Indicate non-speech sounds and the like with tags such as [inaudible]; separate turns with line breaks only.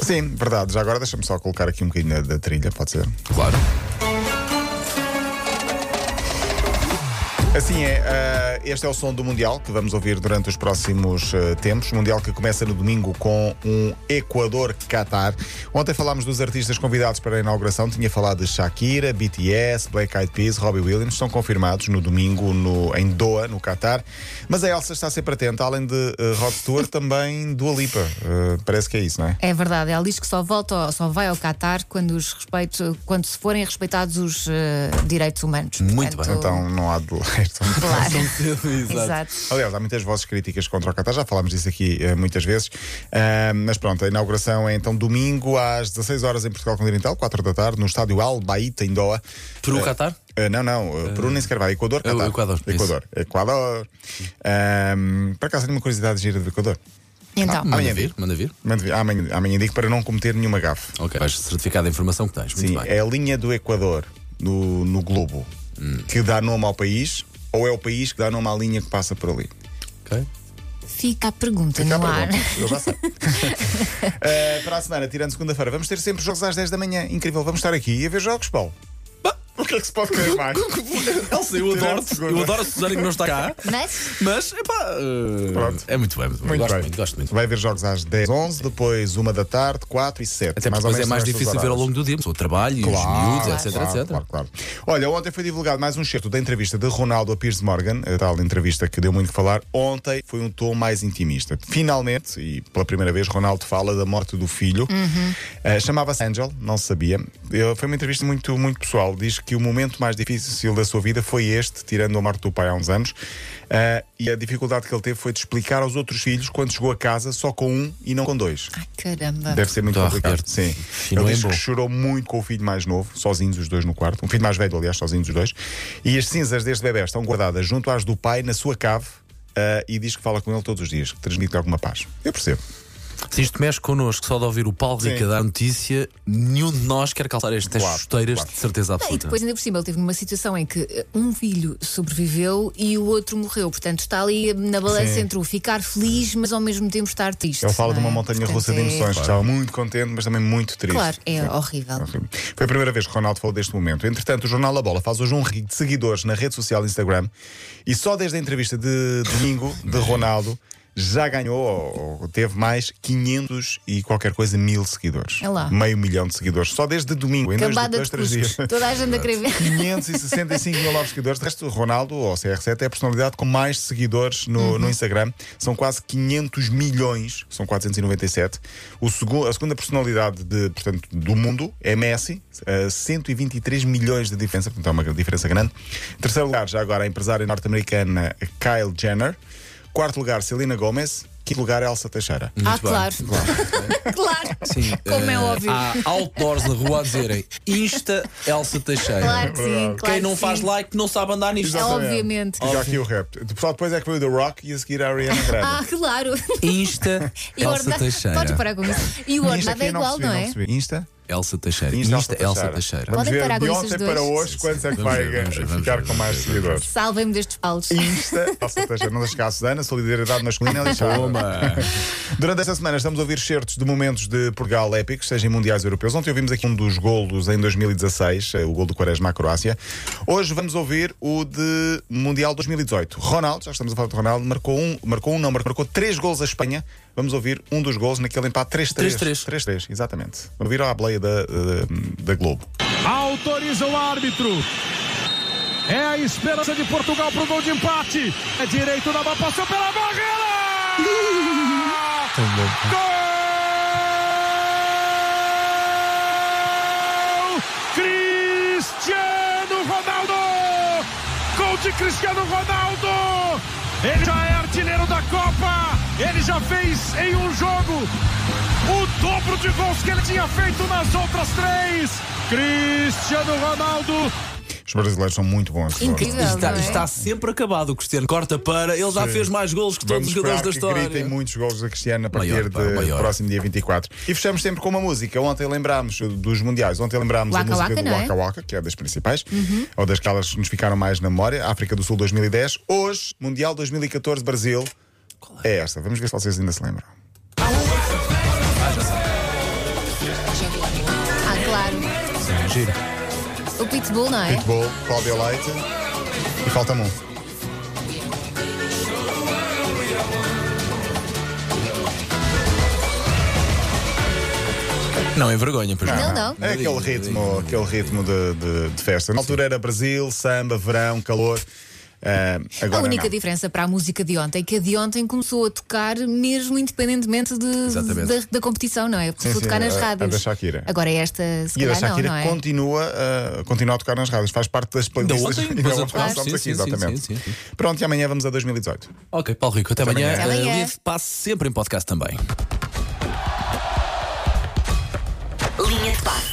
Sim, verdade. Já agora deixa-me só colocar aqui um bocadinho da trilha, pode ser?
Claro.
Assim é, ah, este é o som do Mundial que vamos ouvir durante os próximos ah, tempos. Mundial que começa no domingo com um Equador-Catar. Ontem falámos dos artistas convidados para a inauguração. Tinha falado de Shakira, BTS, Black Eyed Peas, Robbie Williams. Estão confirmados no domingo no- em Doha, no Catar. Mas a Elsa está sempre atenta. Além de ah, Rod Stewart, [laughs] também Dua Lipa. Ah, parece que é isso, não é?
É verdade, ela diz que só volta, ao- só vai ao Qatar quando, os respeito, quando se forem respeitados os eh, direitos humanos.
Muito
Portanto,
bem.
Então não há de [laughs] Então,
Claro.
Exato.
Exato.
Aliás, há muitas vozes críticas contra o Qatar, já falámos disso aqui eh, muitas vezes. Ah, mas pronto, a inauguração é então domingo às 16 horas em Portugal Continental, 4 da tarde, no estádio Al Baita, em Doha.
Peru,
Eh,
Qatar?
eh, não, não, eh, Peru nem sequer vai. Equador, Qatar.
Equador, isso.
Equador. Equador. Ah, para acaso tenho uma curiosidade gira do Equador.
Então,
Ah,
Manda
Amanhã
vir, manda vir.
Mas, Amanhã, amanhã digo para não cometer nenhuma gafe.
Ok. Vais certificar a informação que tens.
Sim,
Muito bem.
é a linha do Equador no, no globo
Hum.
que dá nome ao país ou é o país que dá nome à linha que passa por ali?
Ok.
fica a pergunta
Ah. Fica a
no ar.
pergunta. Eu já sei. [laughs] Eh, para a semana, tirando segunda-feira, vamos ter sempre jogos às 10 da manhã. Incrível, vamos estar aqui e a ver jogos, Paulo. O que é que se pode [laughs] querer mais?
[laughs] Elsa, eu
Tirando
adoro-te.
segunda.
Eu adoro a Susana que não está cá.
[laughs] Mas
Mas, epá. eh,
Pronto.
É muito bem, muito bem.
Muito
gosto
bem.
muito, gosto muito.
Vai haver jogos às 10, 11, depois 1 da tarde, 4 e 7.
Até porque
ou
depois é
menos
mais
são estes
difícil
os
ver ao
horários.
longo do dia, o trabalho, os miúdos, etc,
claro,
etc.
Claro, claro. Olha, ontem foi divulgado mais um certo da entrevista de Ronaldo a Piers Morgan, a tal entrevista que deu muito que falar. Ontem foi um tom mais intimista. Finalmente, e pela primeira vez, Ronaldo fala da morte do filho. Eh, Chamava-se Angel, não se sabia. Eh, foi uma entrevista muito, muito pessoal. Diz que o momento mais difícil da sua vida foi este, tirando a morte do pai há uns anos. Eh, e a dificuldade que ele teve foi de explicar aos outros filhos quando chegou a casa só com um e não com dois.
Ai, caramba.
Deve ser muito
Estou a
complicado.
arrepiar-te.
Sim.
Tá, E não
Ele
é
diz
bom.
que chorou muito com o filho mais novo, sozinhos os dois no quarto. Um filho mais velho, aliás, sozinhos os dois. E as cinzas deste bebê estão guardadas junto às do pai na sua cave ah, e diz que fala com ele todos os dias, que transmite alguma paz. Eu percebo.
Se isto mexe connosco, só de ouvir o Paulo Rica dar notícia, nenhum de nós quer calçar estas
Claro,
chuteiras
claro.
de certeza
E
absoluta.
depois, ainda por cima, ele teve numa situação em que eh, um filho sobreviveu e o outro morreu. Portanto, está ali eh, na balança
Sim.
entre o ficar feliz, mas ao mesmo tempo estar triste.
Ele fala de
não
uma
é?
montanha
Portanto,
russa de
é-
emoções, que estava muito contente, mas também muito triste.
Claro, é
Sim.
horrível.
Foi a primeira vez que Ronaldo falou deste momento. Entretanto, o Jornal da Bola faz hoje um rio de seguidores na rede social Instagram e só desde a entrevista de domingo de Ronaldo já ganhou ou ou teve mais 500 e qualquer coisa mil seguidores.
É lá.
Meio milhão de seguidores. Só desde domingo, em dois,
Cambada
dois,
de
três
cuscos.
dias.
Toda a gente a querer ver.
565 mil novos seguidores. De resto, Ronaldo, ou CR7, é a personalidade com mais seguidores no,
Uhum.
no Instagram. São quase 500 milhões, são 497. O segu- a segunda personalidade de, portanto, do mundo é Messi, eh, 123 milhões de diferença, portanto é uma diferença grande. Em terceiro lugar, já agora, a empresária norte-americana Kyle Jenner. Quarto lugar, Selena Gomez. Quinto lugar, Elsa Teixeira.
Ah,
bem.
claro. [laughs] Claro.
Sim,
Como é
eh,
óbvio.
Há outdoors na rua a dizerem Insta Elsa Teixeira.
Claro que sim.
Quem
Claro
Quem
que
não faz
sim.
like não sabe andar nisto.
Exato. Obviamente.
E já aqui o rap. Só depois é que veio o The Rock e a seguir a
[laughs]
Ariana Grande.
Ah, claro.
[laughs] Insta
E o
Elsa
ordenado- Podes
Teixeira.
parar com isso. E o
Insta
ordenado
aqui
é igual,
percebi,
não é?
percebi. Insta?
Elsa Teixeira.
Insta,
Insta, Elsa Teixeira.
Vamos
Vamos ver
parar com
de
esses
ontem
dois.
para hoje
Sim,
quantos
sim.
é que
Vamos
vai
ver, vamos ver, vamos
ficar
ver,
com
vamos
mais
ver,
seguidores.
Salvem-me destes palos.
Insta, Elsa Teixeira, não deixe cá a Susana, solidariedade masculina é lixada.
Toma.
Durante esta semana estamos a ouvir certos de momentos de Portugal épicos, seja em mundiais europeus. Ontem ouvimos aqui um dos golos em 2016, eh, o gol do Quaresma à Croácia. Hoje vamos ouvir o de Mundial 2018. Ronaldo, já estamos a falar de Ronaldo, marcou um, marcou um não, marcou marcou três gols à Espanha. Vamos ouvir um dos gols naquele empate 3-3.
3-3.
3-3, exatamente. Vamos ouvir a bleia da, eh, da Globo.
Autoriza o árbitro. É a esperança de Portugal pro gol de empate. É direito na bola, passou pela barreira! gol! Cristiano Ronaldo! Gol de Cristiano Ronaldo! Ele já é artilheiro da Copa! Ele já fez em um jogo o dobro de gols que ele tinha feito nas outras três. Cristiano Ronaldo
Os brasileiros são muito bons.
Incrível.
Isto está,
não é?
está sempre acabado. O Cristiano corta para. Ele já fez mais golos que todos
Vamos
os
esperar
jogadores da
que
história.
gritem muitos gols da Cristiano a partir
Maior, pá,
do
maior.
próximo dia 24. E fechamos sempre com uma música. Ontem lembrámos dos mundiais. Ontem lembrámos a
Waka
música
Waka,
do
não é?
Waka Waka, que é das principais, ou das que elas nos ficaram mais na memória. África do Sul 2010. Hoje, Mundial 2014 Brasil. É esta. Vamos ver se vocês ainda se lembram.
Giro.
Ah, O Pitbull, não é?
Pitbull, Claudio Leite e falta-me um.
Não, é vergonha, pois
Não, não.
É aquele ritmo, aquele ritmo de, de- de festa. Na altura era Brasil, samba, verão, calor. Ah,
é A
agora
única
não.
diferença para a música de ontem é que a de ontem começou a tocar mesmo independentemente de-
Exatamente.
da, da competição, não é? Começou
Sim,
a tocar
sim,
nas
a- a
rádios.
da Shakira.
Agora esta, se
E a da
calhar,
Shakira
não, não é?
continua, ah, continua a tocar nas rádios, faz parte das playlists. [laughs]
ontem,
Ainda
depois
ontem
outra-
nós estamos
sim,
aqui,
sim, sim,
exatamente.
sim, sim,
Pronto, e amanhã vamos a 2018.
Ok, Paulo Rico, até,
Até
amanhã.
amanhã.
Até amanhã.
Eh, o livro passa sempre em podcast também.